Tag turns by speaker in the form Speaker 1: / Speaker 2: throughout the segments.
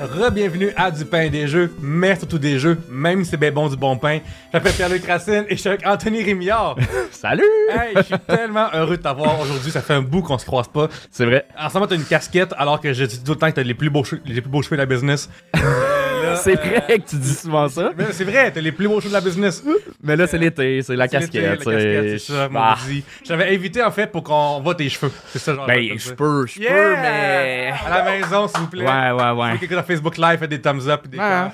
Speaker 1: Re-bienvenue à Du pain et des jeux, mais surtout des jeux, même si c'est bien bon du bon pain. J'appelle Pierre-Luc Racine et je suis avec Anthony Rémillard.
Speaker 2: Salut!
Speaker 1: Hey, je suis tellement heureux de t'avoir aujourd'hui, ça fait un bout qu'on se croise pas.
Speaker 2: C'est vrai.
Speaker 1: En ce moment, t'as une casquette alors que j'ai dit tout le temps que t'as les plus beaux, cheveux- les plus beaux cheveux de la business. Euh,
Speaker 2: C'est vrai que tu dis souvent ça.
Speaker 1: Mais c'est vrai, t'as les plus beaux cheveux de la business.
Speaker 2: Mais là, c'est l'été, c'est la
Speaker 1: Euh, C'est l'été, la
Speaker 2: casquette.
Speaker 1: casquette, c'est ça,
Speaker 2: Ah.
Speaker 1: maudit. Je t'avais invité en fait pour qu'on voit tes cheveux. C'est ça, genre.
Speaker 2: Ben,
Speaker 1: comme ça.
Speaker 2: je peux, je peux,
Speaker 1: Yeah!
Speaker 2: mais.
Speaker 1: À la maison, s'il vous plaît.
Speaker 2: Ouais, ouais,
Speaker 1: Si
Speaker 2: ouais.
Speaker 1: quelqu'un sur Facebook Live fait des thumbs up et des
Speaker 2: Ah.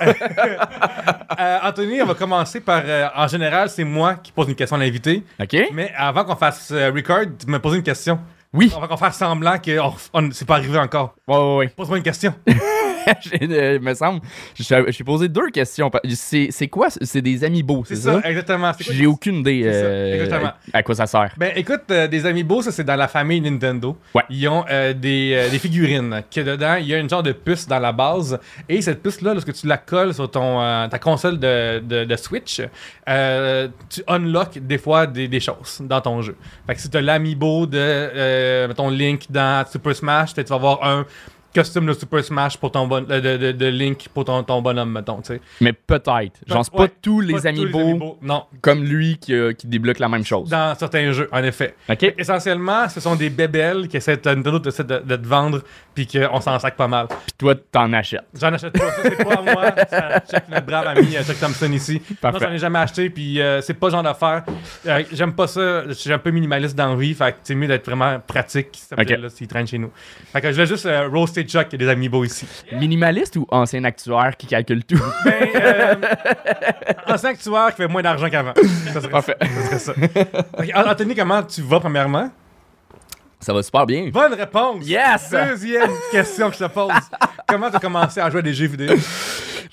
Speaker 1: cœurs. Euh, Anthony, on va commencer par. euh, en général, c'est moi qui pose une question à l'invité.
Speaker 2: Ok?
Speaker 1: Mais avant qu'on fasse euh, record, tu me poses une question.
Speaker 2: Oui.
Speaker 1: On va qu'on fasse semblant que on- on- c'est pas arrivé encore.
Speaker 2: Ouais, ouais, ouais.
Speaker 1: Pose-moi une question.
Speaker 2: J'ai- euh, Il me semble. Je je suis posé deux questions. C'est c'est quoi? C'est des amiibo, c'est
Speaker 1: C'est ça,
Speaker 2: ça?
Speaker 1: exactement. C'est quoi-
Speaker 2: J'ai aucune idée
Speaker 1: C'est ça,
Speaker 2: euh,
Speaker 1: exactement.
Speaker 2: à quoi ça sert.
Speaker 1: Ben écoute, euh, des Amiibo, ça c'est dans la famille Nintendo.
Speaker 2: Ouais.
Speaker 1: Ils ont euh, des, euh, des figurines. Que dedans, il y a une genre de puce dans la base. Et cette puce-là, lorsque tu la colles sur ton, euh, ta console de, de- de Switch, euh, tu unlocks des fois des, des choses dans ton jeu. Fait que si tu as l'Amiibo de euh, mettons, Link dans Super Smash, peut-être tu vas avoir un costume de Super Smash pour ton bon, euh, de, de- de Link pour ton, ton bonhomme, mettons. tu sais.
Speaker 2: Mais peut-être. Genre, c'est pas
Speaker 1: Ouais,
Speaker 2: tous les
Speaker 1: Pas tous
Speaker 2: amiibo
Speaker 1: Non,
Speaker 2: comme lui qui, euh, qui débloquent la même chose.
Speaker 1: dans certains jeux, en effet.
Speaker 2: Ok?
Speaker 1: Essentiellement, ce sont des bébelles qui essaient de, Nintendo essaie de, de te vendre, puis qu'on s'en sac pas mal.
Speaker 2: Puis toi, t'en achètes.
Speaker 1: J'en achète pas, ça c'est pas à moi, c'est à Chuck, notre brave ami euh, Chuck Thompson ici.
Speaker 2: Parfait.
Speaker 1: Non, j'en ai jamais acheté, puis euh, c'est pas le genre d'affaire. Euh, J'aime pas ça, je suis un peu minimaliste dans la vie, fait que c'est mieux d'être vraiment pratique, ça
Speaker 2: Ok.
Speaker 1: là s'il traîne chez nous. Fait que je voulais juste euh, roaster Chuck et des amiibo ici.
Speaker 2: Minimaliste ou ancien actuaire qui calcule tout?
Speaker 1: Ben, euh, ancien actuaire qui fait moins d'argent qu'avant. Ça serait
Speaker 2: Parfait.
Speaker 1: ça. ça serait ça. Ok, Anthony, comment tu vas premièrement?
Speaker 2: Ça va super bien.
Speaker 1: Bonne réponse!
Speaker 2: Yes!
Speaker 1: Deuxième question que je te pose. Comment t'as commencé à jouer à des jeux vidéo?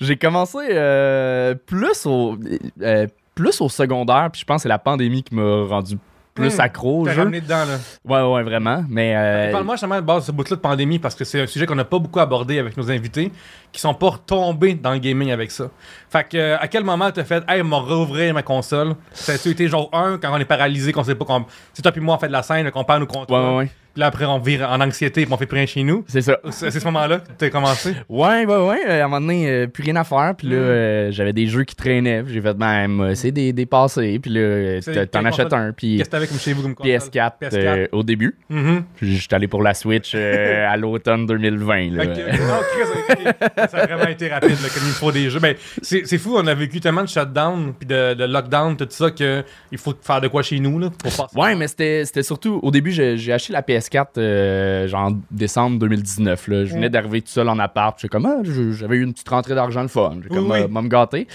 Speaker 2: J'ai commencé euh, plus au euh, plus au secondaire, puis je pense que c'est la pandémie qui m'a rendu plus
Speaker 1: Hmm,
Speaker 2: accro au
Speaker 1: T'as
Speaker 2: jeu.
Speaker 1: ramené dedans, là.
Speaker 2: Ouais, ouais, vraiment. Mais euh,
Speaker 1: Parle-moi justement de base de ce bout-là de pandémie parce que c'est un sujet qu'on n'a pas beaucoup abordé avec nos invités qui sont pas retombés dans le gaming avec ça. Fait que, euh, à quel moment t'as fait, hey, m'a réouvrir ma console? Ça a été genre 1 quand on est paralysé, qu'on sait pas qu'on. C'est toi puis moi, on fait de la scène, qu'on perd nos
Speaker 2: ouais,
Speaker 1: contrats.
Speaker 2: ouais, ouais.
Speaker 1: Puis là, après, on vire en anxiété et on fait plus rien chez nous.
Speaker 2: C'est ça.
Speaker 1: C'est c'est ce moment-là que t'as commencé.
Speaker 2: Ouais, ouais, ouais. euh, à un moment donné, euh, plus rien à faire. Puis là,
Speaker 1: Hmm.
Speaker 2: euh, j'avais des jeux qui traînaient. puis J'ai fait, ben, euh, c'est des, des passés. Puis là, euh,
Speaker 1: C'est
Speaker 2: t'en-
Speaker 1: quelle
Speaker 2: t'en achètes
Speaker 1: console?
Speaker 2: un. Puis
Speaker 1: Qu'est-ce que t'avais comme chez vous comme console?
Speaker 2: PS4, euh,
Speaker 1: PS4.
Speaker 2: au début.
Speaker 1: Mhm.
Speaker 2: Puis j'étais allé pour la Switch euh, à l'automne 2020. là.
Speaker 1: Fait que, non, Chris, ok, ça a vraiment été rapide, là, comme il faut des jeux. Ben, c'est c'est fou, on a vécu tellement de shutdown, puis de, de lockdown, tout ça, que il faut faire de quoi chez nous, là, pour passer.
Speaker 2: Ouais, mais c'était c'était surtout. Au début, j'ai j'ai acheté la PS4 euh, genre en décembre 2019. là. Je venais d'arriver tout seul en appart. J'étais comme, ah, je- j'avais eu une petite rentrée d'argent le fun. J'ai
Speaker 1: Oui,
Speaker 2: comme,
Speaker 1: oui.
Speaker 2: ah, m'a me gâter.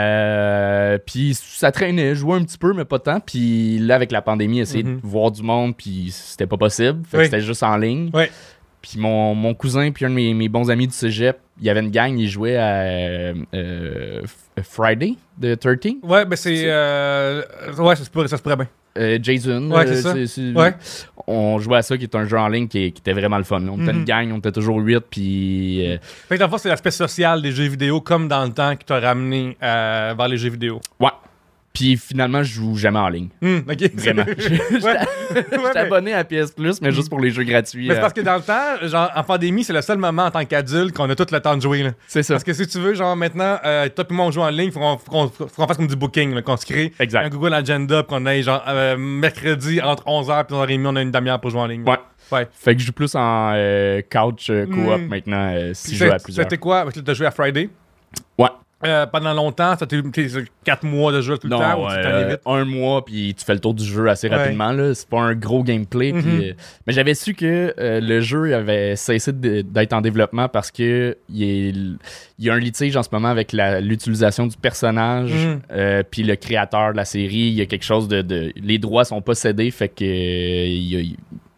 Speaker 2: Euh, puis ça traînait. Je jouais un petit peu, mais pas tant. Puis là, avec la pandémie, essayer
Speaker 1: Mhm.
Speaker 2: de voir du monde, puis c'était pas possible. Fait que
Speaker 1: Oui.
Speaker 2: c'était juste en ligne.
Speaker 1: Ouais.
Speaker 2: Puis mon, mon cousin, puis un de mes, mes bons amis du cégep, il y avait une gang, ils jouaient à euh, euh, F- Friday de 13.
Speaker 1: Ouais, ben c'est. euh, ouais, ça se pourrait, ça se pourrait bien.
Speaker 2: Euh, Jason.
Speaker 1: Ouais,
Speaker 2: euh,
Speaker 1: c'est ça.
Speaker 2: c'est- c'est-
Speaker 1: Ouais.
Speaker 2: On jouait à ça, qui est un jeu en ligne qui, qui était vraiment le fun. On était
Speaker 1: Mhm.
Speaker 2: une gang, on était toujours 8, puis. euh,
Speaker 1: Fait que dans le fond, c'est l'aspect social des jeux vidéo, comme dans le temps, qui t'a ramené euh, vers les jeux vidéo.
Speaker 2: ouais. Puis finalement, je joue jamais en ligne.
Speaker 1: Hum, ok.
Speaker 2: Hmm. Vraiment.
Speaker 1: Ouais.
Speaker 2: Je- je
Speaker 1: Ouais,
Speaker 2: t'a- Je suis
Speaker 1: mais-
Speaker 2: abonné à PS Plus, mais juste pour les jeux gratuits.
Speaker 1: mais c'est
Speaker 2: euh,
Speaker 1: parce que dans le temps, genre, en pandémie, c'est le seul moment en tant qu'adulte qu'on a tout le temps de jouer, là.
Speaker 2: C'est ça.
Speaker 1: Parce que si tu veux, genre maintenant, euh, toi puis moi on joue en ligne, faut qu'on faut qu'on- faut qu'on fasse comme du booking, là, qu'on se crée
Speaker 2: Exact.
Speaker 1: un Google Agenda, puis qu'on aille genre euh, mercredi entre 11h et 11h30, on a une demi-heure pour jouer en ligne.
Speaker 2: Ouais.
Speaker 1: Ouais.
Speaker 2: Fait que je joue plus en euh, couch euh, coop
Speaker 1: Mhm.
Speaker 2: maintenant, euh, si
Speaker 1: Puis
Speaker 2: je joue
Speaker 1: c'est-
Speaker 2: à plusieurs.
Speaker 1: C'était quoi? Parce que t'as joué à Friday.
Speaker 2: Ouais.
Speaker 1: Euh, pendant longtemps, ça t'es 4 mois de jeu tout le
Speaker 2: Non,
Speaker 1: temps, ou tu t'en
Speaker 2: euh,
Speaker 1: évites?
Speaker 2: un mois, puis tu fais le tour du jeu assez
Speaker 1: Ouais.
Speaker 2: rapidement. là. C'est pas un gros gameplay. puis,
Speaker 1: Mhm.
Speaker 2: euh, mais j'avais su que euh, le jeu avait cessé de- d'être en développement parce que il est- il y a un litige en ce moment avec la- l'utilisation du personnage,
Speaker 1: Mhm.
Speaker 2: euh, puis le créateur de la série. Il y a quelque chose de, de- Les droits sont pas cédés, fait que euh, il y, a,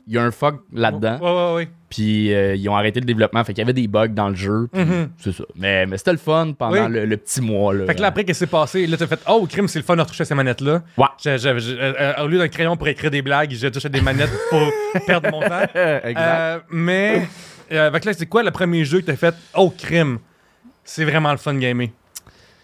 Speaker 2: il y a un fuck là-dedans.
Speaker 1: Ouais, ouais, ouais.
Speaker 2: Puis euh, ils ont arrêté le développement, fait qu'il y avait des bugs dans le jeu. puis
Speaker 1: Mhm.
Speaker 2: C'est ça. Mais, mais c'était le fun pendant
Speaker 1: Oui.
Speaker 2: le, le petit mois. Là,
Speaker 1: Fait que là, après, qu'est-ce qui s'est passé? Là, t'as fait, oh, crime, c'est le fun de retoucher ces manettes-là.
Speaker 2: Ouais.
Speaker 1: J'ai- j'ai- j'ai- euh, euh, au lieu d'un crayon pour écrire des blagues, j'ai touché des manettes pour perdre mon temps.
Speaker 2: Exact.
Speaker 1: Euh, mais, euh, fait que là, c'est quoi le premier jeu que t'as fait? Oh, crime! C'est vraiment le fun de gamer.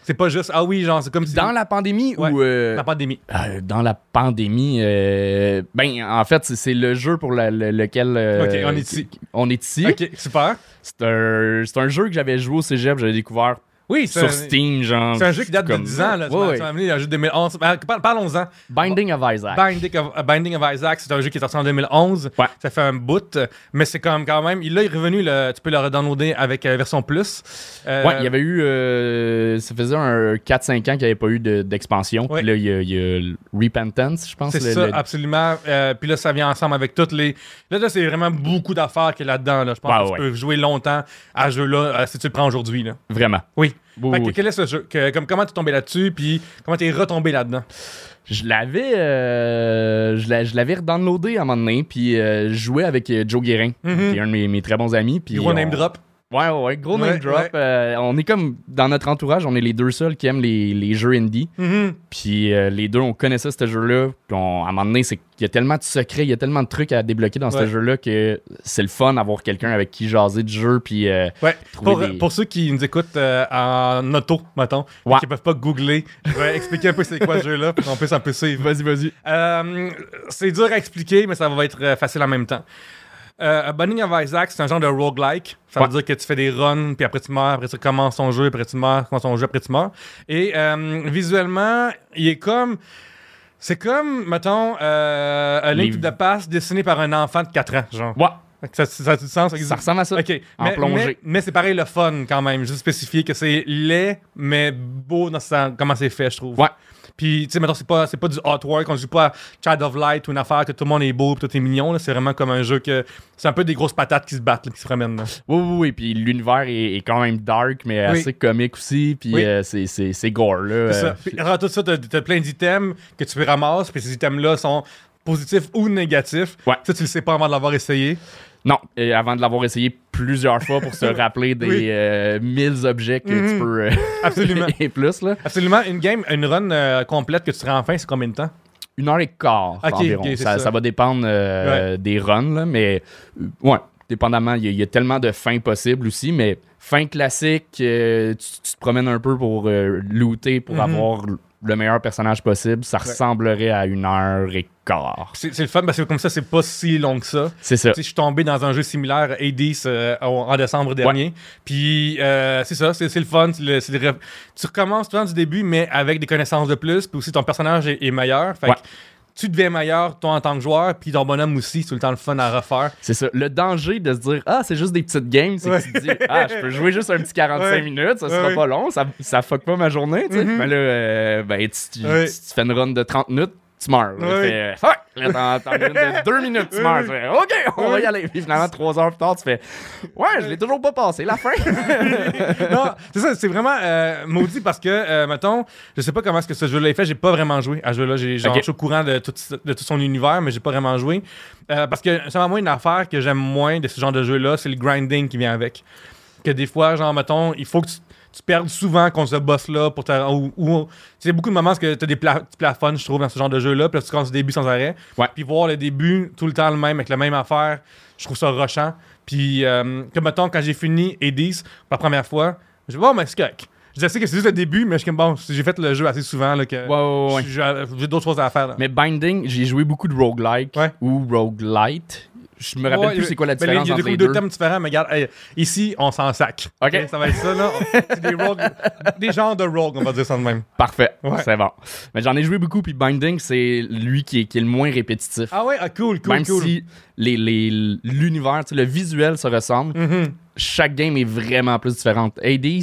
Speaker 1: C'est pas juste, ah oui, genre, c'est comme si.
Speaker 2: Dans la pandémie
Speaker 1: Ouais.
Speaker 2: ou. euh,
Speaker 1: la pandémie.
Speaker 2: euh, dans la pandémie, euh, ben, en fait, c'est- c'est le jeu pour la- le- lequel. euh,
Speaker 1: Ok, on est ici.
Speaker 2: On est ici.
Speaker 1: Ok, super.
Speaker 2: C'est un, c'est un jeu que j'avais joué au cégep, j'avais découvert
Speaker 1: Oui, c'est un-
Speaker 2: sur Steam, genre.
Speaker 1: C'est un jeu qui date
Speaker 2: comme-
Speaker 1: de 10 ans, là. Tu
Speaker 2: Ouais,
Speaker 1: m'as-
Speaker 2: ouais.
Speaker 1: tu m'as amené un jeu de 2011. Ben, par- Parlons-en.
Speaker 2: Binding of Isaac.
Speaker 1: Binding of, euh, Binding of Isaac, c'est un jeu qui est sorti en 2011.
Speaker 2: Ouais.
Speaker 1: Ça fait un bout, euh, mais c'est comme quand même. Il là, il est revenu, le- tu peux le redownloader avec euh, version plus. Euh,
Speaker 2: Ouais, il y avait eu. euh, ça faisait un 4-5 ans qu'il n'y avait pas eu de- d'expansion.
Speaker 1: Ouais.
Speaker 2: Puis là, il y a, il y a le Repentance, je pense.
Speaker 1: C'est
Speaker 2: le-
Speaker 1: ça,
Speaker 2: le-
Speaker 1: absolument. Euh, puis là, ça vient ensemble avec toutes les. Là, là c'est vraiment beaucoup d'affaires qu'il y a là-dedans. Là. Je pense
Speaker 2: Ouais,
Speaker 1: que
Speaker 2: ouais.
Speaker 1: tu peux jouer longtemps à ce jeu-là euh, si tu le prends aujourd'hui. Là.
Speaker 2: Vraiment.
Speaker 1: Oui.
Speaker 2: Oui,
Speaker 1: Fait que
Speaker 2: oui.
Speaker 1: Quel est ce jeu Que- comme, Comment tu es tombé là-dessus? Puis comment tu es retombé là-dedans?
Speaker 2: Je l'avais. euh, je l'a- je l'avais redownloadé à un moment donné, puis euh, je jouais avec euh, Joe Guérin,
Speaker 1: Mhm.
Speaker 2: qui est un de mes, mes très bons amis. Puis
Speaker 1: Gros
Speaker 2: on-
Speaker 1: name drop.
Speaker 2: Ouais, ouais, ouais, gros name
Speaker 1: Ouais,
Speaker 2: drop.
Speaker 1: ouais.
Speaker 2: Euh, on est comme. Dans notre entourage, on est les deux seuls qui aiment les, les jeux indie.
Speaker 1: Mhm.
Speaker 2: Puis euh, les deux, on connaissait ce jeu-là. Puis on- à un moment donné, c'est qu'il y a tellement de secrets, il y a tellement de trucs à débloquer dans ce
Speaker 1: Ouais.
Speaker 2: jeu-là que c'est le fun d'avoir quelqu'un avec qui jaser de jeu. Puis. euh,
Speaker 1: Ouais.
Speaker 2: Trouver
Speaker 1: Pour,
Speaker 2: des-
Speaker 1: pour ceux qui nous écoutent euh, en auto, mettons, et
Speaker 2: Ouais.
Speaker 1: qui peuvent pas googler, je vais expliquer un peu c'est quoi ce jeu-là pour qu'on puisse un peu suivre.
Speaker 2: Vas-y, vas-y.
Speaker 1: Euh, c'est dur à expliquer, mais ça va être euh, facile en même temps. Euh, Binding of Isaac, c'est un genre de roguelike. Ça veut
Speaker 2: Ouais.
Speaker 1: dire que tu fais des runs, puis après tu meurs, après tu recommences ton jeu, après tu meurs, quand ton jeu, après tu meurs. Et euh, visuellement, il est comme. C'est comme, mettons, euh, A Link
Speaker 2: Les-
Speaker 1: to the Past dessiné par un enfant de 4 ans, genre.
Speaker 2: Ouais,
Speaker 1: Ça, ça a du sens?
Speaker 2: ça ressemble à ça.
Speaker 1: OK.
Speaker 2: En
Speaker 1: mais,
Speaker 2: plongée.
Speaker 1: mais- mais c'est pareil le fun quand même. Juste spécifier que c'est laid, mais beau dans sa- comment c'est fait, je trouve.
Speaker 2: Ouais.
Speaker 1: Puis, tu sais, maintenant, c'est pas, c'est pas du hot work. On joue pas à Child of Light ou une affaire que tout le monde est beau, puis tout est mignon. là. C'est vraiment comme un jeu que. C'est un peu des grosses patates qui se battent, là, qui se promènent. là.
Speaker 2: Oui, oui, oui. Puis l'univers est, est quand même dark, mais
Speaker 1: Oui.
Speaker 2: assez comique aussi. Puis
Speaker 1: Oui.
Speaker 2: euh, c'est- c'est c'est gore, là.
Speaker 1: C'est ça.
Speaker 2: Euh,
Speaker 1: Puis, alors, tout ça, t'as, t'as plein d'items que tu ramasses, puis ces items-là sont positifs ou négatifs.
Speaker 2: Ouais.
Speaker 1: Ça, tu le sais pas avant de l'avoir essayé.
Speaker 2: Non, et avant de l'avoir essayé plusieurs fois pour se rappeler des
Speaker 1: Oui.
Speaker 2: euh, mille objets que tu
Speaker 1: Mhm.
Speaker 2: peux. euh,
Speaker 1: Absolument.
Speaker 2: et plus, là.
Speaker 1: Absolument. Une game, une run euh, complète que tu seras en fin, c'est combien de temps?
Speaker 2: Une heure et quart
Speaker 1: Ok,
Speaker 2: environ.
Speaker 1: ok, c'est
Speaker 2: ça,
Speaker 1: ça.
Speaker 2: ça va dépendre euh, des runs, là, mais euh, ouais, dépendamment, il y, a- il y a tellement de fins possibles aussi, mais fin classique, euh, tu, tu te promènes un peu pour euh, looter, pour
Speaker 1: Mhm.
Speaker 2: avoir le meilleur personnage possible. Ça ressemblerait à une heure et quart.
Speaker 1: C'est, c'est le fun parce que comme ça, c'est pas si long que ça.
Speaker 2: C'est ça.
Speaker 1: Tu sais, Je suis tombé dans un jeu similaire, Hades, euh, en- en décembre dernier. Puis euh, c'est ça, c'est c'est le fun. c'est le- c'est le re- tu recommences tout du début, mais avec des connaissances de plus. Puis aussi, ton personnage est, est meilleur. Fait
Speaker 2: Ouais.
Speaker 1: que tu deviens meilleur, toi, en tant que joueur. Puis ton bonhomme aussi, c'est tout le temps le fun à refaire.
Speaker 2: C'est ça. Le danger de se dire Ah, c'est juste des petites games, c'est
Speaker 1: Ouais.
Speaker 2: que tu te dis Ah, je peux jouer juste un petit 45
Speaker 1: Ouais.
Speaker 2: minutes, ça
Speaker 1: Ouais,
Speaker 2: sera
Speaker 1: ouais.
Speaker 2: pas long, ça, ça fuck pas ma journée, tu sais.
Speaker 1: Mhm.
Speaker 2: Mais là, euh, ben, tu, tu-
Speaker 1: Ouais.
Speaker 2: tu- tu fais une run de 30 minutes, tu meurs. Là,
Speaker 1: Ouais.
Speaker 2: Fait, euh, fuck! Là, t'en- t'en as une de 2 minutes, tu
Speaker 1: Ouais,
Speaker 2: meurs.
Speaker 1: ouais.
Speaker 2: Tu fais, OK, on va
Speaker 1: Ouais.
Speaker 2: y aller. Puis finalement, 3 heures plus tard, tu fais Ouais, je l'ai toujours pas passé, la fin.
Speaker 1: non, c'est ça, c'est vraiment euh, maudit parce que, euh, mettons, je sais pas comment est-ce que ce jeu-là est fait, j'ai pas vraiment joué à ce jeu-là. J'ai, genre,
Speaker 2: Ok.
Speaker 1: Je suis au courant de tout, de tout son univers, mais j'ai pas vraiment joué. Euh, parce que, sûrement, moi, une affaire que j'aime moins de ce genre de jeu-là, c'est le grinding qui vient avec. Que des fois, genre, mettons, il faut que tu, tu perdes souvent contre ce boss-là pour ta, ou, ou- tu sais, beaucoup de moments où tu as des pla- tu plafonnes, je trouve, dans ce genre de jeu-là, puis là, tu commences au début sans arrêt.
Speaker 2: Ouais.
Speaker 1: Puis voir le début tout le temps le même, avec la même affaire, je trouve ça rushant. Puis, euh, comme mettons, quand j'ai fini Hades pour la première fois, je vais bon, mais c'est correct. Je sais que c'est juste le début, mais je suis comme bon, j'ai fait le jeu assez souvent là, que
Speaker 2: Ouais, ouais, ouais.
Speaker 1: je- je- j'ai d'autres choses à faire. là.
Speaker 2: Mais Binding, j'ai joué beaucoup de roguelike
Speaker 1: Ouais.
Speaker 2: ou roguelite. Je me rappelle
Speaker 1: Ouais,
Speaker 2: plus c'est quoi la
Speaker 1: ben,
Speaker 2: différence
Speaker 1: Il y a
Speaker 2: entre
Speaker 1: des,
Speaker 2: les
Speaker 1: deux
Speaker 2: deux.
Speaker 1: thèmes différents, mais regarde, hey, ici, on s'en sac.
Speaker 2: Ok.
Speaker 1: Ça va être ça, là. On- c'est des, rogues- des genres de rogue, on va dire ça de même.
Speaker 2: Parfait,
Speaker 1: Ouais.
Speaker 2: c'est bon. Mais j'en ai joué beaucoup, puis Binding, c'est lui qui est, qui est le moins répétitif.
Speaker 1: Ah ouais, ah, cool, cool,
Speaker 2: Même
Speaker 1: cool.
Speaker 2: si les- les- l'univers, tu sais, le visuel se ressemble,
Speaker 1: Mhm.
Speaker 2: chaque game est vraiment plus différente. Hades,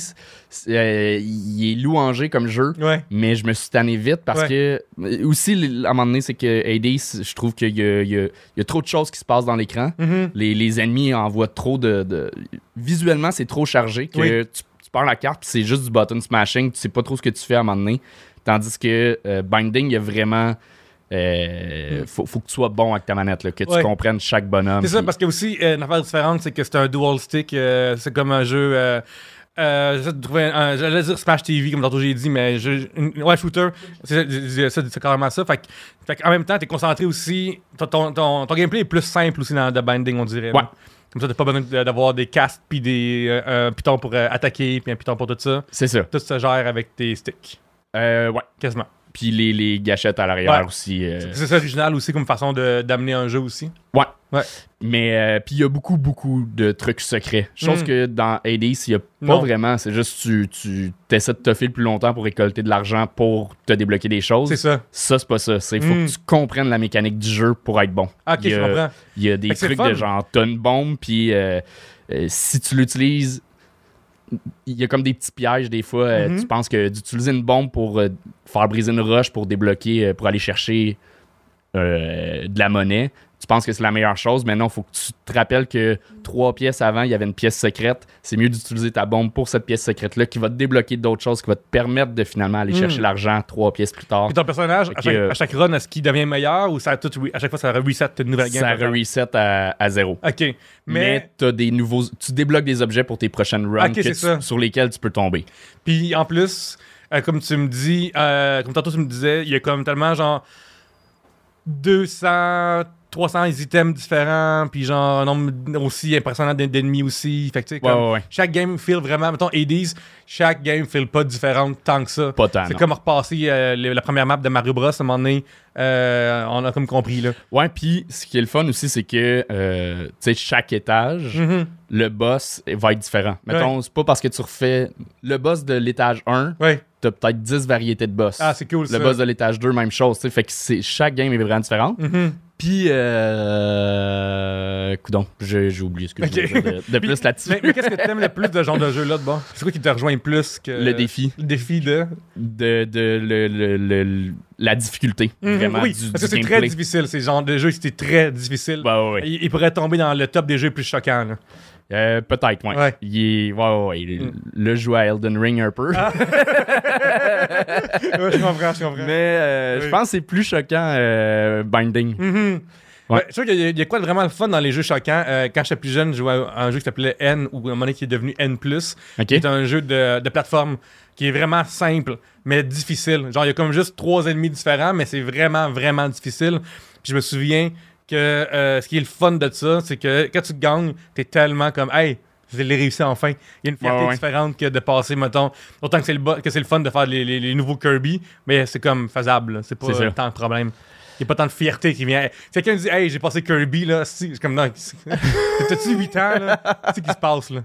Speaker 2: c'est, euh, il est louangé comme jeu,
Speaker 1: Ouais.
Speaker 2: mais je me suis tanné vite parce
Speaker 1: Ouais.
Speaker 2: que. Aussi, l- à un moment donné, c'est que Hades, je trouve qu'il y, a- il y a- il y a trop de choses qui se passent dans l'écran.
Speaker 1: Mhm.
Speaker 2: Les, les ennemis envoient trop de. de- Visuellement, c'est trop chargé que
Speaker 1: Oui.
Speaker 2: tu, tu perds la carte, puis c'est juste du button smashing, tu sais pas trop ce que tu fais à un moment donné. Tandis que euh, Binding, il y a vraiment. euh, faut, faut que tu sois bon avec ta manette, là, que
Speaker 1: Hmm. Ouais.
Speaker 2: tu comprennes chaque bonhomme.
Speaker 1: C'est ça,
Speaker 2: puis-
Speaker 1: parce que aussi, euh, une affaire différente, c'est que c'est un dual stick. euh, c'est comme un jeu. euh, euh, j'essaie de trouver un- un- J'allais dire Smash TV, comme tantôt j'ai dit, mais je, une- ouais, shooter, c'est c'est- c'est- c'est carrément ça. Fait, que- fait en même temps, t'es concentré aussi. ton- Ton, ton- ton gameplay est plus simple aussi dans The Binding, on dirait.
Speaker 2: Ouais.
Speaker 1: Comme ça, t'as pas besoin de- d'avoir des castes, puis des euh, un piton pour euh, attaquer, puis un piton pour tout ça.
Speaker 2: C'est ça.
Speaker 1: Tout se gère avec tes sticks,
Speaker 2: Euh, ouais.
Speaker 1: quasiment.
Speaker 2: Puis les, les gâchettes à l'arrière
Speaker 1: Ouais.
Speaker 2: aussi. euh,
Speaker 1: C'est ça original aussi comme façon de- d'amener un jeu aussi.
Speaker 2: Ouais.
Speaker 1: Ouais.
Speaker 2: Mais euh, puis il y a beaucoup, beaucoup de trucs secrets. Chose
Speaker 1: Mm.
Speaker 2: que dans Hades, il n'y a pas
Speaker 1: Non.
Speaker 2: vraiment. C'est juste tu, tu essaies de toffer le plus longtemps pour récolter de l'argent pour te débloquer des choses.
Speaker 1: C'est ça.
Speaker 2: Ça, c'est pas ça. C'est faut
Speaker 1: Mm.
Speaker 2: que tu comprennes la mécanique du jeu pour être bon.
Speaker 1: Ah, ok,
Speaker 2: Il y
Speaker 1: je
Speaker 2: a-
Speaker 1: comprends.
Speaker 2: Il y a des
Speaker 1: Fait que c'est
Speaker 2: trucs
Speaker 1: fun.
Speaker 2: de genre tonne bombe, puis euh, euh, si tu l'utilises, il y a comme des petits pièges des fois. euh,
Speaker 1: Mhm.
Speaker 2: Tu penses que d'utiliser une bombe pour euh, faire briser une roche, pour débloquer, euh, pour aller chercher euh, de la monnaie, tu penses que c'est la meilleure chose, mais non, faut que tu te rappelles que trois pièces avant, il y avait une pièce secrète. C'est mieux d'utiliser ta bombe pour cette pièce secrète-là qui va te débloquer d'autres choses, qui va te permettre de finalement aller
Speaker 1: Mm.
Speaker 2: chercher l'argent trois pièces plus tard.
Speaker 1: Puis ton personnage,
Speaker 2: Ok,
Speaker 1: à, chaque,
Speaker 2: euh,
Speaker 1: à chaque run, est-ce qu'il devient meilleur ou ça a tout, re- à chaque fois ça reset une nouvelle game?
Speaker 2: Ça
Speaker 1: par exemple?
Speaker 2: reset à, à zéro.
Speaker 1: Ok.
Speaker 2: mais,
Speaker 1: Mais,
Speaker 2: t'as des nouveaux tu débloques des objets pour tes prochaines runs
Speaker 1: Ok,
Speaker 2: que
Speaker 1: c'est
Speaker 2: tu-
Speaker 1: ça.
Speaker 2: sur lesquels tu peux tomber
Speaker 1: puis en plus, euh, comme tu me dis, euh, comme tantôt tu me disais, il y a comme tellement genre 200, 300 items différents, puis genre un nombre aussi impressionnant d'en- d'ennemis aussi. Fait que tu sais,
Speaker 2: Ouais,
Speaker 1: comme
Speaker 2: ouais, ouais.
Speaker 1: chaque game feel vraiment, mettons Hades, chaque game feel pas différente tant que ça.
Speaker 2: pas tant
Speaker 1: C'est
Speaker 2: non.
Speaker 1: comme repasser euh, le- la première map de Mario Bros. à un moment donné, euh, on a comme compris là.
Speaker 2: ouais puis ce qui est le fun aussi c'est que euh, tu sais chaque étage
Speaker 1: Mhm.
Speaker 2: le boss va être différent mettons c'est pas parce que tu refais le boss de l'étage 1
Speaker 1: Ouais.
Speaker 2: t'as peut-être 10 variétés de boss
Speaker 1: Ah, c'est cool ça.
Speaker 2: le boss de l'étage 2 même chose tu sais fait que c'est chaque game est vraiment différente
Speaker 1: Mhm.
Speaker 2: puis euh, coudon j'ai j'ai oublié ce que je voulais
Speaker 1: Ok.
Speaker 2: dire de, de
Speaker 1: Puis-
Speaker 2: plus là-dessus
Speaker 1: Mais, mais qu'est-ce que t'aimes le plus de ce genre de jeu là de bon C'est quoi qui te rejoint plus que
Speaker 2: le défi
Speaker 1: le défi de
Speaker 2: de, de le- le- le- la difficulté vraiment
Speaker 1: Mhm. Oui,
Speaker 2: du,
Speaker 1: parce que
Speaker 2: du
Speaker 1: c'est
Speaker 2: gameplay.
Speaker 1: très difficile. Ces genres de jeux, c'était très difficile.
Speaker 2: Ouais, ouais, ouais.
Speaker 1: Il, il pourrait tomber dans le top des jeux plus choquants. là.
Speaker 2: Euh, Peut-être, ouais.
Speaker 1: Ouais.
Speaker 2: Il est- ouais, ouais, ouais. Il-
Speaker 1: Mm.
Speaker 2: Le joue à Elden Ring un peu.
Speaker 1: Ah. Ouais, je comprends, je comprends.
Speaker 2: Mais euh, je
Speaker 1: Oui.
Speaker 2: pense que c'est plus choquant euh, Binding.
Speaker 1: Mhm.
Speaker 2: Ouais.
Speaker 1: Ouais, je trouve qu'il y a- il y, a quoi de vraiment le fun dans les jeux choquants. Euh, quand j'étais plus jeune, je jouais à un jeu qui s'appelait N ou à un moment donné qui est devenu N+.
Speaker 2: OK?
Speaker 1: qui est un jeu de, de plateforme qui est vraiment simple, mais difficile. Genre, il y a comme juste trois ennemis différents, mais c'est vraiment, vraiment difficile. Puis je me souviens que euh, ce qui est le fun de ça, c'est que quand tu gagnes, t'es tellement comme, hey, je l'ai réussi enfin. Il y a une fierté
Speaker 2: Ouais, ouais.
Speaker 1: différente que de passer, mettons. Autant que c'est le, bo- que c'est le fun de faire les, les- les nouveaux Kirby, mais c'est comme faisable. là. C'est pas
Speaker 2: C'est ça.
Speaker 1: tant de problème. Il n'y a pas tant de fierté qui vient. Si Quelqu'un dit, hey, j'ai passé Kirby, là, si, c'est comme, non, t'as-tu 8 ans, là? C'est qui se passe, là?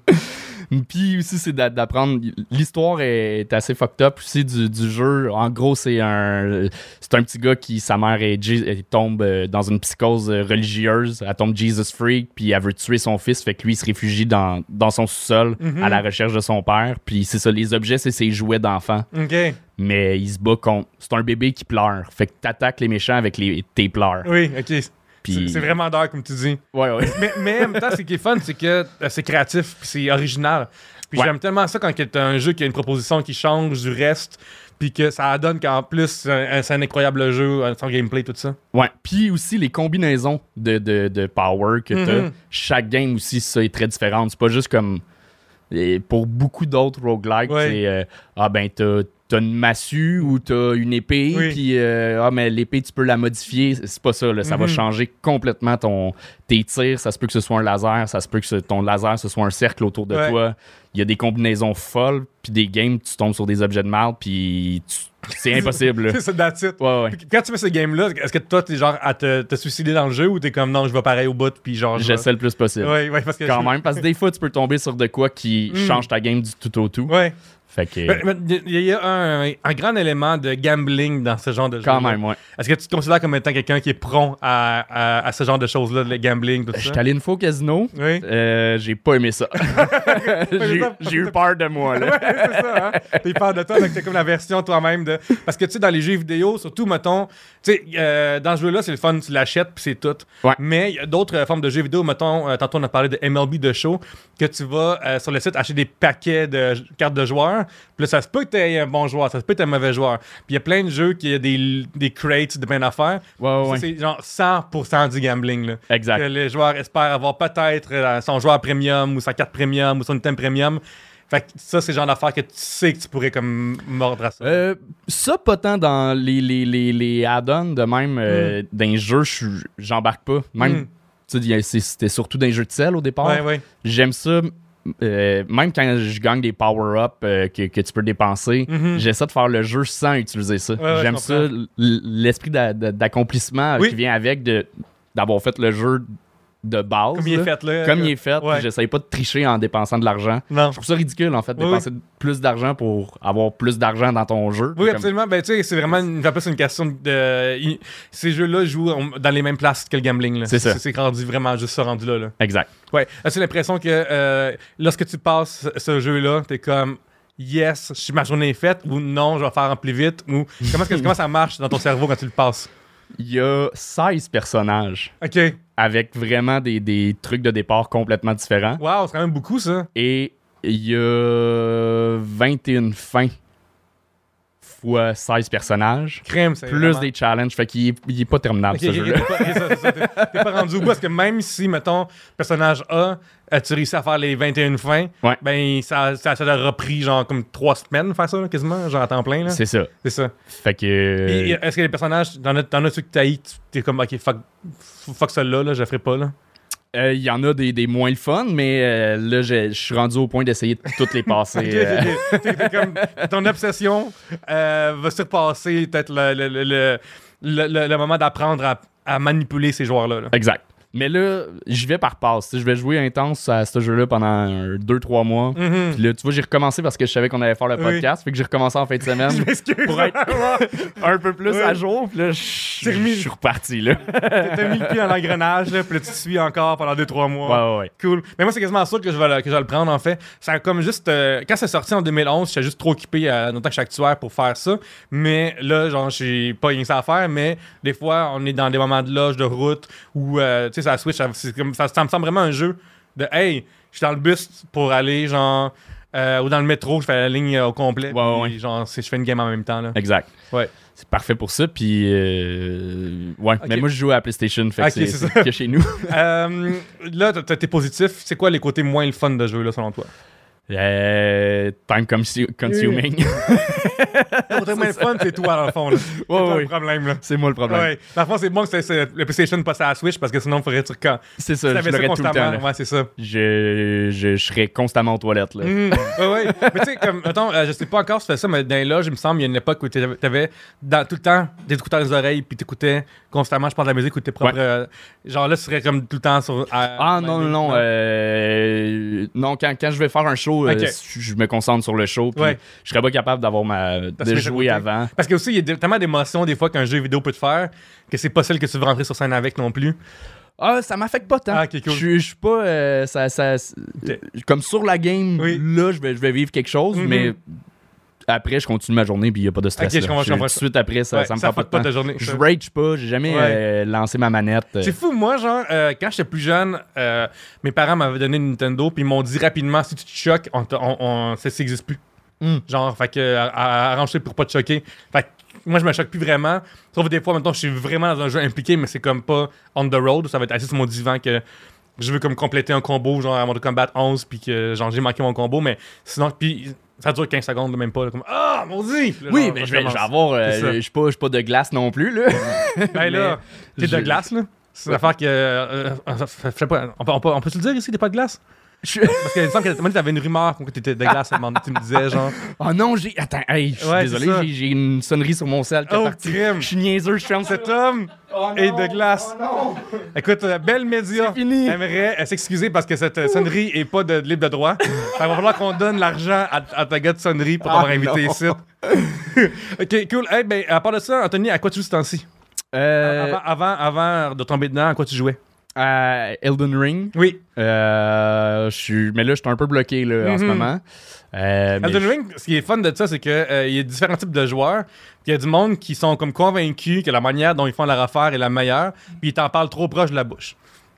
Speaker 2: Puis aussi, c'est d'a- d'apprendre. L'histoire est assez fucked up aussi du, du jeu. En gros, c'est un c'est un petit gars qui, sa mère est, Je- elle tombe euh, dans une psychose euh, religieuse. Elle tombe Jesus Freak, puis elle veut tuer son fils. Fait que lui, il se réfugie dans, dans son sous-sol
Speaker 1: Mhm.
Speaker 2: à la recherche de son père. Puis c'est ça, les objets, c'est ses jouets d'enfant.
Speaker 1: OK.
Speaker 2: mais il se bat contre. C'est un bébé qui pleure. Fait que t'attaques les méchants avec les, tes pleurs.
Speaker 1: Oui, OK. C'est-
Speaker 2: Puis...
Speaker 1: C'est vraiment d'heure, comme tu dis.
Speaker 2: Ouais, ouais.
Speaker 1: Mais, mais en même temps, ce qui est fun, c'est que euh, c'est créatif, puis c'est original. Puis
Speaker 2: Ouais.
Speaker 1: j'aime tellement ça quand c'est un jeu qui a une proposition qui change du reste, puis que ça donne qu'en plus, c'est un, c'est un incroyable jeu, euh, son gameplay, tout ça.
Speaker 2: ouais. Puis aussi les combinaisons de, de, de power que t'as.
Speaker 1: Mhm.
Speaker 2: Chaque game aussi, ça est très différent. C'est pas juste comme. et Pour beaucoup d'autres roguelikes,
Speaker 1: Ouais.
Speaker 2: c'est. euh, ah ben, t'as. T'as une massue ou t'as une épée,
Speaker 1: Oui.
Speaker 2: puis euh, ah, mais l'épée, tu peux la modifier. C'est pas ça, là. ça va
Speaker 1: Mhm.
Speaker 2: changer complètement ton, tes tirs. Ça se peut que ce soit un laser, ça se peut que ce- ton laser, ce soit un cercle autour de
Speaker 1: Ouais.
Speaker 2: toi. Il y a des combinaisons folles, puis des games, tu tombes sur des objets de marde, puis tu- c'est impossible. là.
Speaker 1: C'est ça, that's it.
Speaker 2: Ouais, ouais.
Speaker 1: Puis Quand tu fais ce game-là, est-ce que toi, t'es genre à te, te suicider dans le jeu ou t'es comme non, je vais pareil au bout, puis genre. je vais-
Speaker 2: J'essaie le plus possible.
Speaker 1: Ouais, ouais, parce que.
Speaker 2: Quand
Speaker 1: je-
Speaker 2: même, parce que des fois, tu peux tomber sur de quoi qui
Speaker 1: Mm.
Speaker 2: change ta game du tout au tout.
Speaker 1: Ouais.
Speaker 2: Fait que,
Speaker 1: Mais- mais Il y a un, un grand élément de gambling dans ce genre de jeu.
Speaker 2: quand même, ouais.
Speaker 1: Est-ce que tu te considères comme étant quelqu'un qui est prompt à, à- à ce genre de choses-là, le gambling, tout
Speaker 2: Je
Speaker 1: ça?
Speaker 2: suis allé une fois au casino,
Speaker 1: Oui.
Speaker 2: euh, j'ai pas aimé ça. j'ai j'ai eu peur de moi, là.
Speaker 1: c'est ça, hein? T'es peur de toi, donc t'es comme la version toi-même de. Parce que, tu sais, dans les jeux vidéo, surtout, mettons, tu sais, euh, dans ce jeu-là, c'est le fun, tu l'achètes, puis c'est tout.
Speaker 2: Ouais.
Speaker 1: Mais il y a d'autres euh, formes de jeux vidéo, mettons, euh, tantôt on a parlé de MLB de show, que tu vas euh, sur le site acheter des paquets de j- cartes de joueurs, puis là, ça se peut que t'aies un bon joueur, ça se peut que t'aies un mauvais joueur. Puis il y a plein de jeux qui ont des, des crates de plein d'affaires.
Speaker 2: Ouais, ouais,
Speaker 1: Ça,
Speaker 2: ouais.
Speaker 1: C'est genre 100% du gambling, là que
Speaker 2: Exact.
Speaker 1: les joueurs espèrent avoir peut-être euh, son joueur premium ou sa carte premium ou son item premium. Fait que ça, c'est le genre d'affaires que tu sais que tu pourrais comme mordre à ça.
Speaker 2: Euh, ça, pas tant dans
Speaker 1: Hmm.
Speaker 2: les, les, les, les add-ons de même, euh, dans les jeux, je suis- j'embarque pas. Même,
Speaker 1: Mm.
Speaker 2: Tu sais, il y a- c'est- c'était surtout dans les jeux de sel au départ.
Speaker 1: Ouais, ouais.
Speaker 2: J'aime ça. euh, même quand je gagne des power-ups euh, que, que tu peux dépenser,
Speaker 1: Mhm.
Speaker 2: j'essaie de faire le jeu sans utiliser ça.
Speaker 1: Ouais, ouais,
Speaker 2: J'aime
Speaker 1: je
Speaker 2: ça, l- l'esprit d'a- d'a- d'accomplissement euh,
Speaker 1: Oui.
Speaker 2: qui vient avec de- d'avoir fait le jeu de base.
Speaker 1: Comme il est
Speaker 2: là.
Speaker 1: fait là.
Speaker 2: Comme il est fait, puis
Speaker 1: Ouais.
Speaker 2: j'essaye pas de tricher en dépensant de l'argent.
Speaker 1: Non.
Speaker 2: Je trouve ça ridicule, en fait, de
Speaker 1: Oui,
Speaker 2: dépenser plus d'argent pour avoir plus d'argent dans ton jeu.
Speaker 1: Oui,
Speaker 2: Comme-
Speaker 1: absolument. Ben, tu sais, c'est vraiment une, j'appelle ça une question de. i- Ces jeux-là jouent on- dans les mêmes places que le gambling. là.
Speaker 2: C'est ça.
Speaker 1: C'est rendu vraiment juste ça rendu là. là.
Speaker 2: Exact.
Speaker 1: Ouais. As-tu l'impression que euh, lorsque tu passes ce- ce jeu-là, t'es comme yes, je- ma journée est faite ou non, je vais faire en plus vite ou comment, est-ce que- comment ça marche dans ton cerveau quand tu le passes
Speaker 2: Il y a 16 personnages
Speaker 1: Ok.
Speaker 2: avec vraiment des, des trucs de départ complètement différents.
Speaker 1: Wow, c'est quand même beaucoup ça.
Speaker 2: Et il y a 21 fins fois 16 personnages,
Speaker 1: Crème, c'est.
Speaker 2: plus
Speaker 1: vraiment-
Speaker 2: des challenges. Fait qu'il est, il est pas terminable,
Speaker 1: Ok,
Speaker 2: ce
Speaker 1: ok, ok,
Speaker 2: jeu-là.
Speaker 1: t'es pas- c'est ça, c'est ça, T'es t'es pas rendu au bout parce que même si, mettons, personnage A, euh, tu réussis à faire les 21 fins,
Speaker 2: Ouais.
Speaker 1: ben ça, ça, ça t'a repris genre comme 3 semaines faire ça, là, quasiment, genre à temps plein. là.
Speaker 2: C'est ça.
Speaker 1: C'est Euh, ça.
Speaker 2: Fait
Speaker 1: Puis,
Speaker 2: que.
Speaker 1: Est-ce que les personnages, dans as, t'en as ceux que t'as t'es comme, ok, fuck, fuck celle-là, là, je la ferai pas. là.
Speaker 2: euh, Il y en a des, des moins le fun, mais euh, là, je je suis rendu au point d'essayer de toutes les passer.
Speaker 1: Ok,
Speaker 2: euh,
Speaker 1: ok, ok. T'es- t'es comme, ton obsession euh, va surpasser peut-être le, le, le, le, le- le- le moment d'apprendre à, à manipuler ces joueurs-là. là.
Speaker 2: Exact. Mais là, je vais par passe. Tu sais, Je vais jouer intense à ce jeu-là pendant 2-3 mois.
Speaker 1: Mhm.
Speaker 2: Puis là, tu vois, j'ai recommencé parce que je savais qu'on allait faire le
Speaker 1: Oui.
Speaker 2: podcast. Fait que j'ai recommencé en fin de semaine.
Speaker 1: Je m'excuse.
Speaker 2: Pour un peu plus
Speaker 1: Oui.
Speaker 2: à jour. Puis là, je
Speaker 1: T'es remis-
Speaker 2: je suis reparti. Là.
Speaker 1: T'as mis le pied dans l'engrenage, là, puis là, tu te suis encore pendant 2-3 mois.
Speaker 2: Ouais, ouais, ouais.
Speaker 1: Cool. Mais moi, c'est quasiment sûr que je vais le, que je vais le prendre, en fait. Ça a comme juste. euh, quand c'est sorti en 2011, j'étais juste trop occupé euh, en tant que actuaire pour faire ça. Mais là, genre, j'ai pas rien que ça à faire. Mais des fois, on est dans des moments de loge, de route, où, euh, tu sais, ça switch. Ça, c'est comme- ça, ça me semble vraiment un jeu de Hey, je suis dans le bus pour aller, genre. euh, ou dans le métro, je fais la ligne euh, au complet.
Speaker 2: Ouais, ouais,
Speaker 1: puis, Genre, c'est- je fais une game en même temps, là.
Speaker 2: Exact.
Speaker 1: Ouais.
Speaker 2: C'est parfait pour ça. Puis, euh, ouais.
Speaker 1: Ok.
Speaker 2: Mais moi, je joue à la PlayStation. Fait que
Speaker 1: Ok,
Speaker 2: c'est-
Speaker 1: c'est
Speaker 2: c'est que chez nous.
Speaker 1: Euh, là, t'as- t'as- t'es positif. C'est quoi les côtés moins le fun de jeu, là, selon toi?
Speaker 2: Euh, time consu- consuming.
Speaker 1: Pour moins le fun, c'est toi, dans le fond. Là. c'est toi
Speaker 2: ouais.
Speaker 1: le problème. Là.
Speaker 2: c'est moi le problème.
Speaker 1: Ouais. Dans le fond, c'est bon que c'est- c'est le PlayStation passe à la Switch parce que sinon, il faudrait que tu quand-
Speaker 2: C'est
Speaker 1: tu
Speaker 2: ça. Euh, Je
Speaker 1: avais ça
Speaker 2: l'aurais tout le temps.
Speaker 1: constamment.
Speaker 2: là.
Speaker 1: Ouais, c'est ça.
Speaker 2: Je, je, je serais constamment aux toilettes. Là.
Speaker 1: Mm. Ouais, ouais. Mais tu sais, comme, mettons, euh, je sais pas encore si tu fais ça, mais dans les loges, il me semble, il y a une époque où tu avais dans, tout le temps des écouteurs dans les oreilles, puis tu écoutais constamment, je pense, de la musique ou tes propres. euh, genre là, tu serais comme tout le temps sur. à-
Speaker 2: Ah non, non, non.
Speaker 1: Ouais.
Speaker 2: euh, non, quand, quand je vais faire un show, euh,
Speaker 1: Ok.
Speaker 2: je je me concentre sur le show. Puis
Speaker 1: Ouais.
Speaker 2: Je serais pas capable d'avoir ma
Speaker 1: se
Speaker 2: de
Speaker 1: met à côté.
Speaker 2: jouer avant.
Speaker 1: Parce que aussi, il y a des- tellement d'émotions des fois qu'un jeu vidéo peut te faire que c'est pas celle que tu veux rentrer sur scène avec non plus.
Speaker 2: Ah, ça m'affecte pas tant.
Speaker 1: Ah, ok, cool.
Speaker 2: je, suis- je suis pas. euh, ça, ça- Comme sur la game,
Speaker 1: Oui.
Speaker 2: là, je vais, je vais vivre quelque chose,
Speaker 1: Mhm.
Speaker 2: mais après, je continue ma journée, puis il n'y a pas de stress.
Speaker 1: Ok, je
Speaker 2: là.
Speaker 1: comprends, je comprends.
Speaker 2: Tout de suite après, ça,
Speaker 1: Ouais,
Speaker 2: ça me
Speaker 1: ça
Speaker 2: prend pas de
Speaker 1: fuck pas
Speaker 2: temps.
Speaker 1: ta journée,
Speaker 2: Je
Speaker 1: ça.
Speaker 2: rage pas, j'ai jamais
Speaker 1: Ouais.
Speaker 2: euh, lancé ma manette. euh.
Speaker 1: C'est fou, moi, genre, euh, quand j'étais plus jeune, euh, mes parents m'avaient donné une Nintendo, puis ils m'ont dit rapidement si tu te choques, on te- on- on- ça n'existe plus.
Speaker 2: Mm.
Speaker 1: Genre, fait que, à- à- arrange-toi pour pas te choquer. Fait que, moi, je me choque plus vraiment. Sauf des fois, maintenant, je suis vraiment dans un jeu impliqué, mais c'est comme pas on the road, ça va être assis sur mon divan que. Je veux comme compléter un combo, genre à Mortal Kombat 11, puis que genre j'ai manqué mon combo, mais sinon, puis ça dure 15 secondes, même pas. là, comme Ah, mon dieu!
Speaker 2: Oui, mais je vais, je vais avoir. euh,
Speaker 1: C'est ça.
Speaker 2: je suis pas, je suis pas de glace non plus, là.
Speaker 1: Ben là, t'es de
Speaker 2: je-
Speaker 1: glace, là. C'est l'affaire que. euh, euh, je sais pas, on peut, on peut, on peut se le dire ici, t'es pas de glace?
Speaker 2: Je-
Speaker 1: Parce que il me semble que t'as- t'avais une rumeur comme que t'étais de glace à un moment donné, tu me disais, genre.
Speaker 2: Oh non, j'ai. Attends, hey, je suis
Speaker 1: Ouais,
Speaker 2: désolé,
Speaker 1: c'est ça.
Speaker 2: j'ai- j'ai une sonnerie sur mon sel qui est
Speaker 1: Oh,
Speaker 2: partie.
Speaker 1: crime.
Speaker 2: Je suis niaiseux, je ferme cette.
Speaker 1: Cet homme
Speaker 2: Oh
Speaker 1: est de glace. Écoute, euh, Belle Média
Speaker 2: fini.
Speaker 1: aimerait euh, s'excuser parce que cette euh, sonnerie est pas de de libre de droit. Ça va falloir qu'on donne l'argent à, à ta gars de sonnerie pour t'avoir
Speaker 2: Ah,
Speaker 1: invité
Speaker 2: non.
Speaker 1: ici. ok, cool. Eh ben, à part de ça, Anthony, à quoi tu joues ce temps-ci?
Speaker 2: Euh,
Speaker 1: Avant, avant, avant de tomber dedans, à quoi tu jouais?
Speaker 2: à Elden Ring.
Speaker 1: Oui.
Speaker 2: Euh, je suis, mais là, je suis un peu bloqué là, en ce
Speaker 1: Mhm. Ah,
Speaker 2: moment. Euh, mais
Speaker 1: Elden
Speaker 2: je-
Speaker 1: Ring, ce qui est fun de ça, c'est qu'il y a différents types de joueurs. Il y a du monde qui sont comme convaincus que la manière dont ils font leur affaire est la meilleure, puis ils t'en parlent trop proche de la bouche.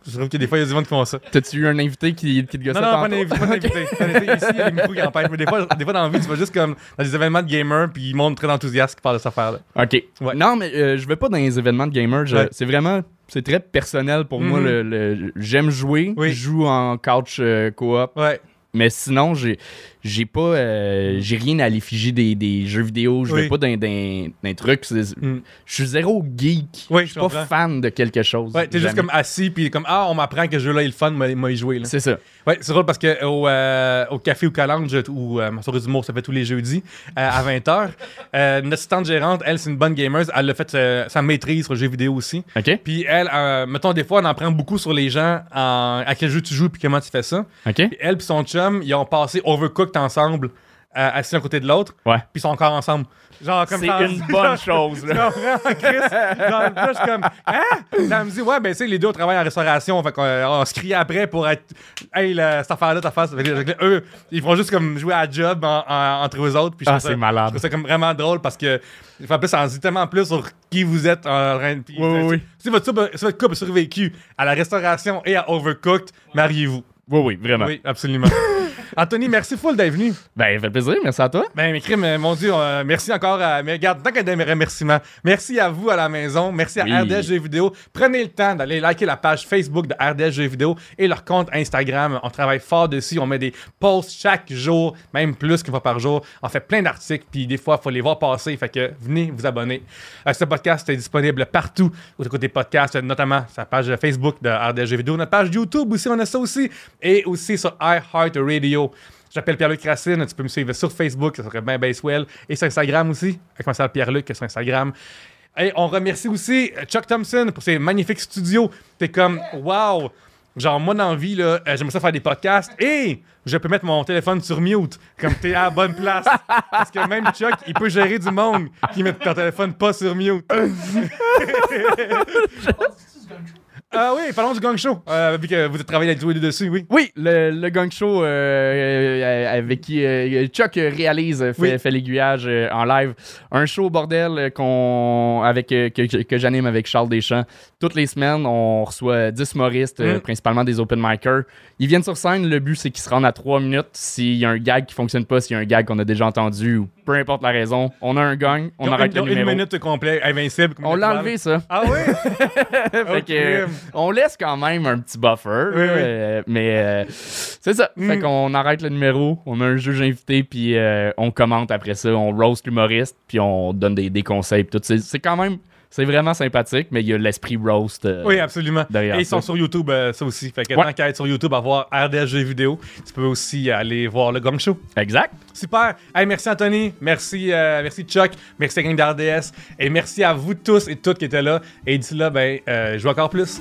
Speaker 1: Je trouve que des fois, il y a du monde qui font ça.
Speaker 2: T'as-tu eu un invité qui, qui te gossait
Speaker 1: Non, non, pas
Speaker 2: tantôt?
Speaker 1: d'invité. pas d'invité. Pas d'invité. Ici, il y a des micros qui empêchent. Mais des fois, des fois, dans la vie, tu vas juste comme dans des événements de gamers, puis ils montrent très enthousiaste qui parlent de cette affaire-là.
Speaker 2: OK.
Speaker 1: Ouais.
Speaker 2: Non, mais euh, je vais pas dans les événements de gamers. je-
Speaker 1: Ouais.
Speaker 2: C'est vraiment... C'est très personnel pour moi.
Speaker 1: Mhm.
Speaker 2: le- le- J'aime jouer.
Speaker 1: Oui.
Speaker 2: Je joue en couch euh, coop.
Speaker 1: Ouais.
Speaker 2: Mais sinon, j'ai j'ai pas euh, j'ai rien à l'effigie des, des jeux vidéo je vais
Speaker 1: Oui.
Speaker 2: pas d'un d'un d'un truc c'est-
Speaker 1: Mm.
Speaker 2: je suis zéro geek
Speaker 1: Oui,
Speaker 2: je
Speaker 1: je
Speaker 2: suis pas
Speaker 1: comprends.
Speaker 2: fan de quelque chose
Speaker 1: Ouais, t'es juste
Speaker 2: Jamais.
Speaker 1: comme assis, puis comme Ah, on m'apprend que ce jeu-là est le fun, m'a m'a y joué. là.
Speaker 2: c'est ça
Speaker 1: Ouais, c'est drôle parce que au, euh, au café ou Calange, où euh, ma soirée d'humour se fait tous les jeudis euh, à 20h, notre assistante gérante, elle, c'est une bonne gamer, elle a fait euh, sa maîtrise sur le jeu vidéo aussi.
Speaker 2: ok
Speaker 1: Puis elle, euh, mettons, des fois, on en prend beaucoup sur les gens en- à quel jeu tu joues puis comment tu fais ça.
Speaker 2: ok
Speaker 1: Puis elle puis son chum, ils ont passé Overcooked ensemble, euh, assis d'un côté de l'autre,
Speaker 2: ouais
Speaker 1: puis ils sont encore ensemble. Genre comme
Speaker 2: c'est
Speaker 1: ça-
Speaker 2: une bonne chose
Speaker 1: non,
Speaker 2: là.
Speaker 1: vraiment, Chris. Dans le plus, comme, hein? Là, elle me dit, ouais, ben, tu sais, les deux, on travaille en restauration. Fait qu'on euh, on se crie après pour être, hey, là, cette affaire-là, cette affaire. ça. Fait que, eux, ils vont juste comme jouer à job en- en- entre eux autres. Puis je
Speaker 2: Ah,
Speaker 1: trouve ça-
Speaker 2: c'est malade.
Speaker 1: Je trouve ça comme vraiment drôle parce que, en plus, ça en dit tellement plus sur qui vous êtes en train de. puis,
Speaker 2: Oui, oui,
Speaker 1: si-
Speaker 2: oui.
Speaker 1: Si votre, soupe- si votre couple a survécu à la restauration et à Overcooked, mariez-vous.
Speaker 2: oui oui vraiment
Speaker 1: Oui, absolument. Anthony, merci full d'être venu.
Speaker 2: ben fait plaisir merci à toi
Speaker 1: Ben, mes crimes, euh, mon Dieu, euh, merci encore à. Mais regarde, tant qu'il y a des remerciements, merci à vous à la maison, merci à
Speaker 2: Oui.
Speaker 1: RDS Jeux Vidéo. Prenez le temps d'aller liker la page Facebook de RDS Jeux Vidéo et leur compte Instagram. On travaille fort dessus, on met des posts chaque jour, même plus qu'une fois par jour. On fait plein d'articles, puis des fois, il faut les voir passer. Fait que venez vous abonner. Euh, ce podcast est disponible partout, aux côtés podcasts, euh, notamment sur la page Facebook de RDS Jeux Vidéo, notre page YouTube aussi, on a ça aussi, et aussi sur iHeartRadio. J'appelle Pierre-Luc Racine. Tu peux me suivre sur Facebook, ça serait bien Basewell, et sur Instagram aussi, avec ma sœur Pierre-Luc sur Instagram. Et on remercie aussi euh, Chuck Thompson pour ses magnifiques studios. T'es comme, wow! Genre, moi, dans la vie, là, euh, j'aimerais ça faire des podcasts et je peux mettre mon téléphone sur mute. Comme t'es à la bonne place. Parce que même Chuck, il peut gérer du monde qui met ton téléphone pas sur mute. Ah oui, parlons du gang show. Euh, vu que vous êtes travaillé à jouer dessus, oui.
Speaker 2: oui, le, le gang show euh, euh, avec qui euh, Chuck euh, réalise, euh, fait,
Speaker 1: Oui.
Speaker 2: fait l'aiguillage euh, en live. Un show bordel euh, qu'on avec euh, que, que- que j'anime avec Charles Deschamps. Toutes les semaines, on reçoit 10 humoristes, euh,
Speaker 1: Mm.
Speaker 2: principalement des open micers. Ils viennent sur scène, le but c'est qu'ils se rendent à 3 minutes. S'il y a un gag qui fonctionne pas, s'il y a un gag qu'on a déjà entendu, ou peu importe la raison, on a un gang, on
Speaker 1: Ils ont
Speaker 2: arrête
Speaker 1: une,
Speaker 2: le numéro.
Speaker 1: une minute complète, invincible. comme
Speaker 2: On l'a
Speaker 1: Jack
Speaker 2: enlevé ça.
Speaker 1: Ah oui? Oh,
Speaker 2: Fait que, euh, on laisse quand même un petit buffer.
Speaker 1: Oui, oui.
Speaker 2: euh, mais euh, c'est ça. Fait
Speaker 1: Mm.
Speaker 2: qu'on arrête le numéro, on a un juge invité, puis euh, on commente après ça. On roast l'humoriste, puis on donne des, des conseils. puis tout. C'est, c'est quand même. C'est vraiment sympathique, mais il y a l'esprit roast. euh,
Speaker 1: Oui, absolument.
Speaker 2: derrière
Speaker 1: Et ils sont
Speaker 2: ça.
Speaker 1: sur YouTube, euh, ça aussi. Fait que
Speaker 2: Ouais.
Speaker 1: tant qu'à être sur YouTube, à voir RDSG vidéo, tu peux aussi aller voir le Gong Show.
Speaker 2: Exact.
Speaker 1: Super. Hey, merci Anthony, merci, euh, merci Chuck, merci à Gang d'RDS et merci à vous tous et toutes qui étaient là. Et d'ici là, ben, euh, je joue encore plus.